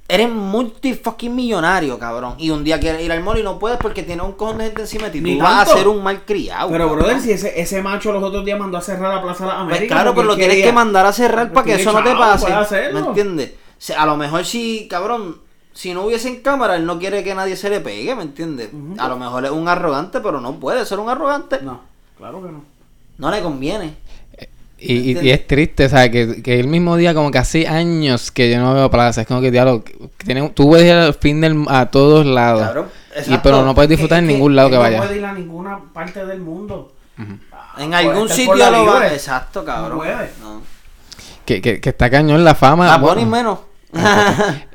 eres multi fucking millonario, cabrón. Y un día quieres ir al mall y no puedes porque tienes un cojón de gente encima de ti. Ni Tú vas a tanto. ser un mal criado. Pero, brother, si ese, ese macho los otros días mandó a cerrar la Plaza de las Américas. Pues claro, porque pero lo él tienes quería- que mandar a cerrar Pues para que tiene eso no te chavo, pase. puede hacerlo. ¿Me entiendes? O sea, a lo mejor si, cabrón, si no hubiesen cámara, él no quiere que nadie se le pegue, ¿me entiendes? A lo mejor es un arrogante, pero no puede ser un arrogante. No, claro que no. No le conviene. Y, y- y es triste, o sea, que, que el mismo día, como que hace años que yo no veo plaza, es como que diablo, que tiene- tú puedes ir al fin del, a todos lados. Cabrón, y, exacto. pero no puedes disfrutar en Es ningún lado él que vaya. No puede ir a ninguna parte del mundo. Ah, En por algún estar sitio por la lo va. libre. Exacto, cabrón. No puede. No. Que, que, que está cañón la fama. La bueno. <laughs> ponen menos.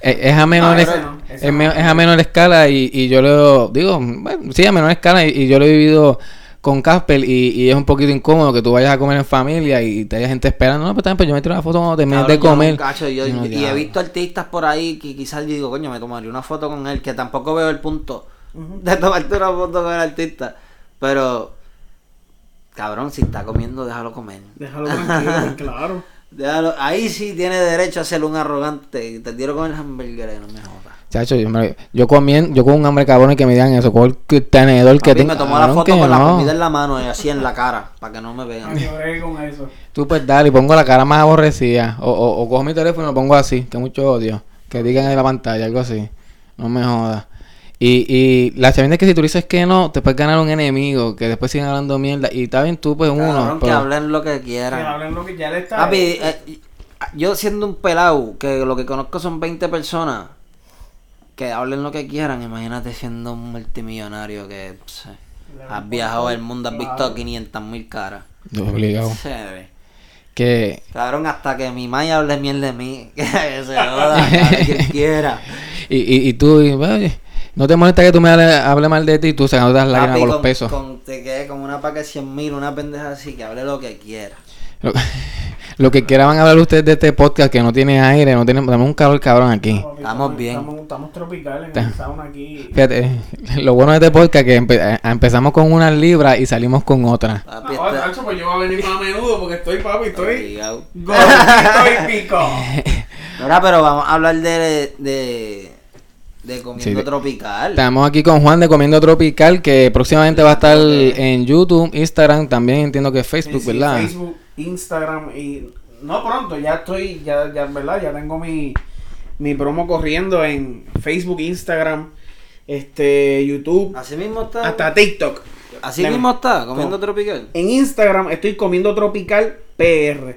Es, es a menor, No, es, ese no, ese es no. me- es a menor escala y, y yo lo digo, bueno, sí, a menor escala y, y yo lo he vivido con Casper y, y es un poquito incómodo que tú vayas a comer en familia y te haya gente esperando, no, pero también pues yo me tiro una foto cuando termines Cabrón, de yo no, comer. cacho, yo- Yo no, y he diablo. visto artistas por ahí que quizás yo digo, coño, me tomaría una foto con él, que tampoco veo el punto de tomarte una foto con el artista. Pero, cabrón, si está comiendo, déjalo comer. Déjalo <laughs> tranquilo, claro. Déjalo- ahí sí tiene derecho a ser un arrogante. Y Te tiro con el hamburger, no me jodas. Chacho, yo, me- yo comien- yo con un hambre cabrón y que me digan eso, con el que- tenedor que Papi, tengo. me tomó la cabrón, foto que con la no. comida en la mano y así en la cara, para que no me vean. <laughs> Yo bregué con eso. Tú pues dale, y pongo la cara más aborrecida. O, o, o cojo mi teléfono y lo pongo así, que mucho odio. Que digan en la pantalla, algo así. No me jodas. Y, y la chavienda es que si tú dices que no, te puedes ganar un enemigo, que después siguen hablando mierda. Y está bien tú, pues uno. Cabrón, que pero- hablen lo que Que quieran. hablen lo que ya le está. Papi, eh, yo siendo un pelado, que lo que conozco son 20 personas, que hablen lo que quieran, imagínate siendo un multimillonario que pse, has viajado el mundo, has visto 500 mil caras. Yo obligado. Se ve. Que Cabrón, hasta que mi maya hable miel de mí, <laughs> <laughs> que se joda, cabrón, quien quiera. y, y, y tú, y, oye, no te molesta que tú me hable, hable mal de ti y tú sacando las lágrimas Papi, con los con- pesos. con- te quedé como una paca de 100 mil, una pendeja así, que hable lo que quiera. <laughs> Lo que quieran van a hablar ustedes de este podcast que no tiene aire, no tiene, dame un calor cabrón aquí. Papi, Estamos bien. Estamos, estamos tropicales en el sauna aquí. Fíjate, <laughs> lo bueno de este podcast que empe- eh, empezamos con una libra y salimos con otra. Papi, No, está... Nacho, pues yo voy a venir más a menudo porque estoy, papi, estoy obligado. gordito y pico. Mira, pero vamos a hablar de... de... de comiendo Sí. tropical. Estamos aquí con Juan de Comiendo Tropical que próximamente va a estar en YouTube, Instagram, también entiendo que Facebook, Sí, ¿verdad? Facebook, Instagram y no pronto, ya estoy, ya, ya, ¿verdad? Ya tengo mi, mi promo corriendo en Facebook, Instagram, este, YouTube, Así mismo está... hasta TikTok. Así Le- mismo está, comiendo ¿Cómo? tropical. En Instagram estoy comiendo tropical PR.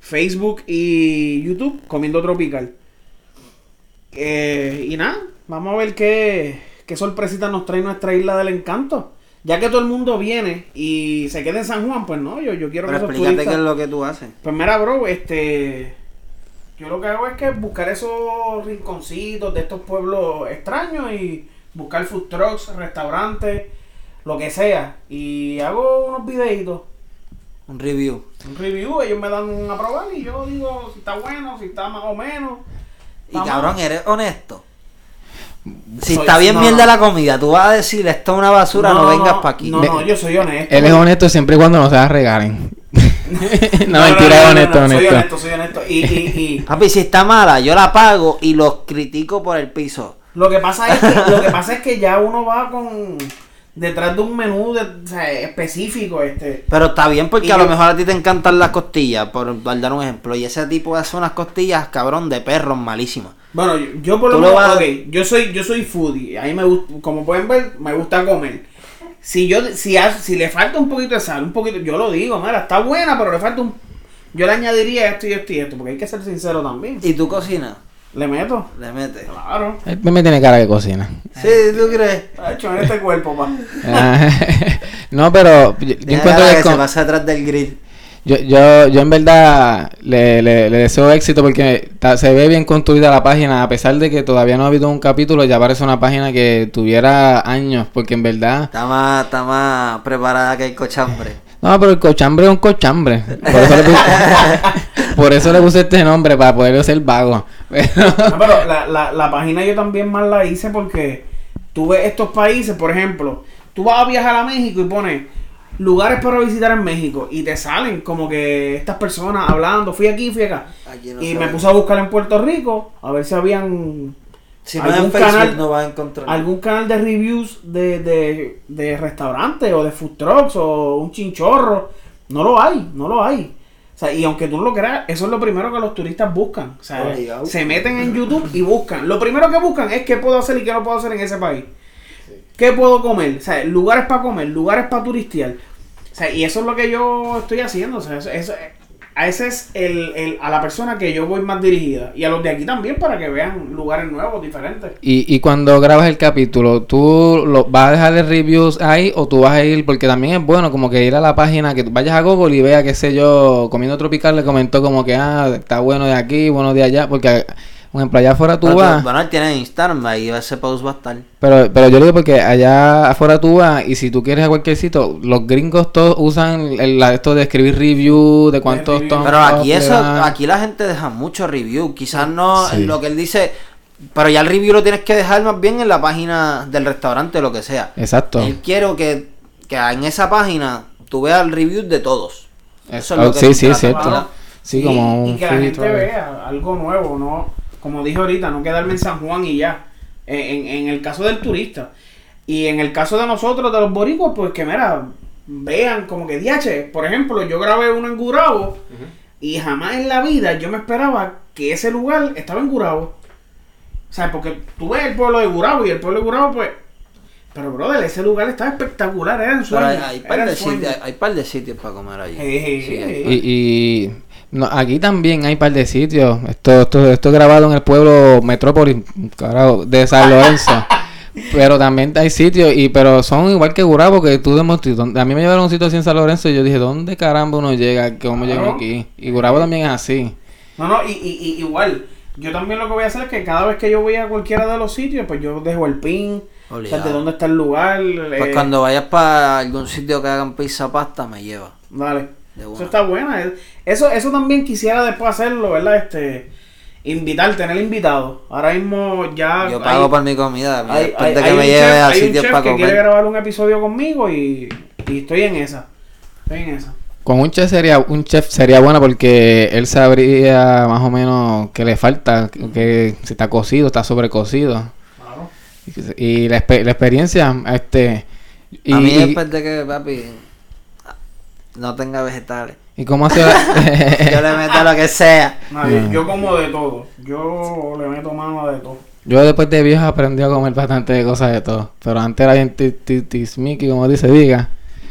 Facebook y YouTube comiendo tropical. Eh, y nada, vamos a ver qué, qué sorpresita nos trae nuestra isla del encanto. Ya que todo el mundo viene y se queda en San Juan, pues no, yo, yo quiero Pero que esos explícate turistas- qué es lo que tú haces. Pues mira, bro, este. Yo lo que hago es que buscar esos rinconcitos de estos pueblos extraños y buscar food trucks, restaurantes, lo que sea. Y hago unos videitos, Un review. un review, ellos me dan a probar y yo digo si está bueno, si está más o menos. Y Vamos. cabrón, eres honesto. Si Soy- está bien no, mierda no. la comida, tú vas a decir esto es una basura, no, vengas para aquí. No, no, yo soy honesto. Él es honesto siempre y cuando no se la <laughs> regalen. no, mentira, es honesto, no, Soy honesto. honesto, soy honesto. Y, y, y Papi, si está mala, yo la pago y los critico por el piso. Lo que pasa es que, lo que pasa es que ya uno va con detrás de un menú de- o sea, específico, este. Pero está bien porque Y a yo- lo mejor a ti te encantan las costillas, por por dar un ejemplo. Y ese tipo hace unas costillas, cabrón, de perros malísimas. Bueno, yo, yo por lo Tú lo menos, vas- ok, yo soy, yo soy foodie, ahí me gusta, como pueden ver, me gusta comer. Si yo, si, ha- si le falta un poquito de sal, un poquito, yo lo digo, mira, está buena, pero le falta un, yo le añadiría esto y esto y esto, porque hay que ser sincero también. Y tú cocinas, Le meto, le metes. claro. Él me tiene cara que cocina. Sí, tú crees. Está hecho en <laughs> este cuerpo, pa. Ah, <laughs> no, pero yo, yo Deja encuentro la que, que se con- pasa atrás del grill. yo, yo, yo en verdad le, le- le deseo éxito porque ta- se ve bien construida la página, a pesar de que todavía no ha habido un capítulo, ya parece una página que tuviera años, porque en verdad... Está más, está más preparada que el cochambre. No, pero el cochambre es un cochambre. Por eso le puse, por eso le puse <laughs> este nombre, para poder ser vago. <laughs> Pero- No, Ah, pero la, la, la página yo también más la hice porque tú ves estos países, por ejemplo, tú vas a viajar a México y pones lugares para visitar en México y te salen como que estas personas hablando, fui aquí, fui acá. Aquí no Y se me ve. puse a buscar en Puerto Rico a ver si habían Si no es en algún Facebook, canal- no vas a encontrar. algún canal de reviews de, de, de restaurantes o de food trucks o un chinchorro. No lo hay, no lo hay. O sea, y aunque tú no lo creas, eso es lo primero que los turistas buscan. O sea, Obligado. se meten en YouTube y buscan. Lo primero que buscan es qué puedo hacer y qué no puedo hacer en ese país. ¿Qué puedo comer? O sea, lugares para comer, lugares para turistear. O sea, y eso es lo que yo estoy haciendo. O sea, eso, eso- a ese es el, el- a la persona que yo voy más dirigida. Y a los de aquí también para que vean lugares nuevos, diferentes. Y, y cuando grabas el capítulo, ¿tú lo, vas a dejar el reviews ahí o tú vas a ir? Porque también es bueno como que ir a la página, que tú vayas a Google y vea, qué sé yo, Comiendo Tropical le comentó como que, ah, está bueno de aquí, bueno de allá, porque, por ejemplo, allá afuera tú Pero vas, Bueno, él tiene Instagram, ahí ese post va a estar. pero, pero yo digo porque allá afuera tú vas y si tú quieres a cualquier sitio, los gringos todos usan el- la- esto de escribir review, de cuántos review. thumbs Pero up aquí le eso, dan. aquí la gente deja mucho review. Quizás no Sí. lo que él dice, pero ya el review lo tienes que dejar más bien en la página del restaurante, lo que sea. Exacto. Él quiero que, que en esa página tú veas el review de todos. Eso es Ah, lo que sí, tú sí, tratas, cierto. ¿verdad? Sí, Y- como y un que la free gente trial. vea algo nuevo, no como dije ahorita, no quedarme en San Juan y ya. En, en- en el caso del turista y en el caso de nosotros, de los boricuas, pues que mira, vean como que diache. Por ejemplo, yo grabé uno en Gurabo y jamás en la vida yo me esperaba que ese lugar estaba en Gurabo. O sea, porque tú ves el pueblo de Gurabo y el pueblo de Gurabo, pues. Pero, brother, ese lugar estaba espectacular, era en Pero sueño. hay, hay era par de ensueño. sitios, hay par de sitios para comer allí. Sí, Sí, sí, hay- sí. Y, y no, aquí también hay un par de sitios. Esto, esto, esto es grabado en el pueblo Metrópolis, carajo, de San <laughs> Lorenzo. pero también hay sitios, y pero son igual que Gurabo, que tú demostraste. Don- A mí me llevaron a un sitio así en San Lorenzo y yo dije, ¿dónde caramba uno llega? ¿Cómo Claro. llega aquí? Y Gurabo también es así. No, no, y, y- y- igual. Yo también lo que voy a hacer es que cada vez que yo voy a cualquiera de los sitios, pues yo dejo el pin, o sea, Obligado. de dónde está el lugar. eh, Pues cuando vayas para algún sitio que hagan pizza pasta, me lleva. Dale. De una. Eso está buena. Es- Eso, eso también quisiera después hacerlo, ¿verdad? Este, invitar, tener invitado. Ahora mismo ya. Yo pago hay- por mi comida. mira, hay- después hay- de que hay me un lleve chef- a hay un sitios chef para que quiere comer. grabar un episodio conmigo y, y estoy en esa. Estoy en esa. Con un chef sería un chef sería bueno porque él sabría más o menos qué le falta, que si está cocido, está sobrecocido. Claro. Y que se- Y la, espe- la experiencia, este... Y, a mí y- después de que papi no tenga vegetales. y cómo hace la- Yo le meto lo que sea. No, yo- Yo como de todo. Yo le meto mano a de todo. <laughs> Yo después de viejo aprendí a comer bastante de cosas de todo. Pero antes era bien ti- ti- tismiqui, como dice, diga.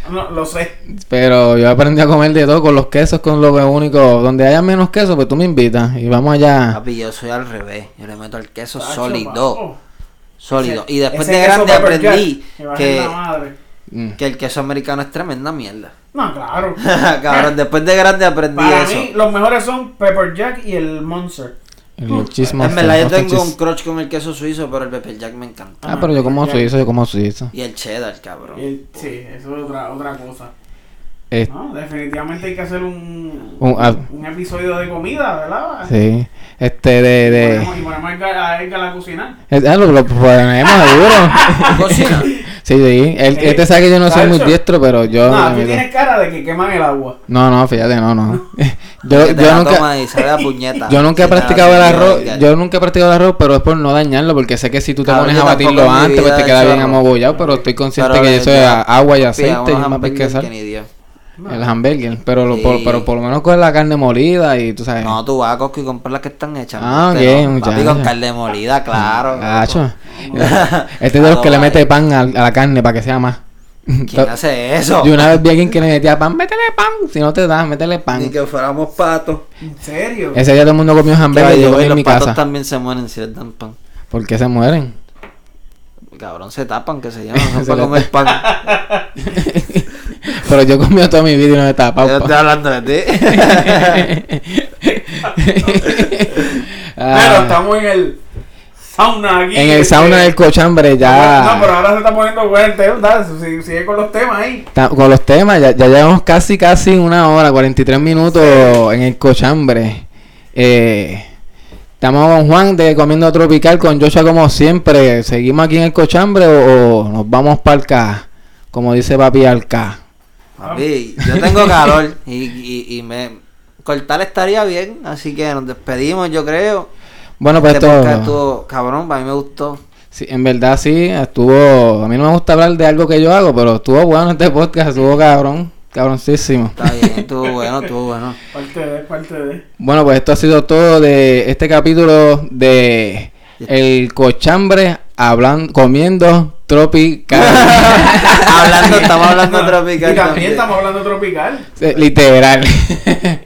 No, lo sé. Pero yo aprendí a comer de todo con los quesos, con lo que único. Donde haya menos queso, pues tú me invitas y vamos allá. Papi, yo soy al revés. Yo le meto el queso Tacho, sólido. papo. Sólido. Ese- Y después ese de queso grande pepper jack, aprendí me bajé que, la madre. Mm. que el queso americano es tremenda mierda. <laughs> No, claro. Cabrón, después de grande aprendí Para eso. mí, los mejores son Pepper Jack y el Monster. El cheese en monster, verdad, yo monster tengo un cheese. crush con el queso suizo, pero el pepper jack me encanta. Ah, pero yo como suizo, yo como suizo. Y el cheddar, cabrón. El- sí, eso es otra, otra cosa. Eh, No, definitivamente hay que hacer un, Un- ah. un episodio de comida, ¿verdad? sí. Este de... Y de... ponemos- y ponemos a Edgar, a Edgar a cocinar. Es- ah, lo, lo ponemos <laughs> seguro. Cocina. sí, sí. El, Eh, este sabe que yo no soy muy Tacho. diestro, pero yo... Nah, me tú meto. tienes cara de que queman el agua. No, no, fíjate, no, <laughs> no. Que yo te yo la nunca... toma y sabe a <laughs> puñeta. Yo nunca he Si te la practicado el sirvió, arroz, Edgar. yo nunca he practicado el arroz, pero es por no dañarlo, porque sé que si tú te Cabrón, pones yo a tampoco batirlo en mi antes, pues vida te he queda hecho bien arroz. amobollado, pero estoy consciente Pero que eso es ya, agua y Pía, aceite, unos y más hamburgues que sal, que ni Dios. el hamburger, pero, lo- por, Sí. pero por lo menos con la carne molida y tú sabes. No, tú vas a Costco y compras las que están hechas. Eh. Ah, ok, ¿no? Pero, Papi, muchacho. con carne molida, claro. <laughs> Gacho. Este es de los Claro, que le Ah, vale. mete pan a, a la carne para que sea más. <laughs> ¿Quién hace eso? Yo una vez vi a alguien que le metía pan, métele pan, si no te das, métele pan. Ni que fuéramos patos. ¿En serio? Ese día todo el mundo comió hamburger y yo Caballo, comí y en los mi patos casa. también se mueren si les dan pan. ¿Por qué se mueren? <laughs> Cabrón, se tapan, que se llaman. No Se para les- comer <laughs> pan. Pero yo comí toda mi vida y no me tapaba. Yo estoy hablando de <laughs> ti. Pero Ah, estamos en el sauna aquí. en el sauna del cochambre No, pero ya ahora se está poniendo bueno el tema, dale, si- sigue con los temas ahí. ta- con los temas ya, ya llevamos casi casi una hora 43 minutos en el cochambre Eh, estamos con Juan de comiendo tropical con Joshua como siempre seguimos aquí en el cochambre o, o nos vamos para el K como dice papi al K Papi, yo tengo calor y, y, y me... Cortar estaría bien, así que nos despedimos, yo creo. bueno pues Este podcast esto estuvo cabrón, para mí me gustó. Sí, en verdad sí, estuvo... A mí no me gusta hablar de algo que yo hago, pero estuvo bueno este podcast, estuvo cabrón, cabroncísimo. Está bien, estuvo bueno, estuvo bueno. Parte de, parte de. Bueno, pues esto ha sido todo de este capítulo de El Cochambre hablando, comiendo tropical. <laughs> <laughs> hablando, estamos hablando No, tropical. Y también estamos hablando tropical. Sí, Literal.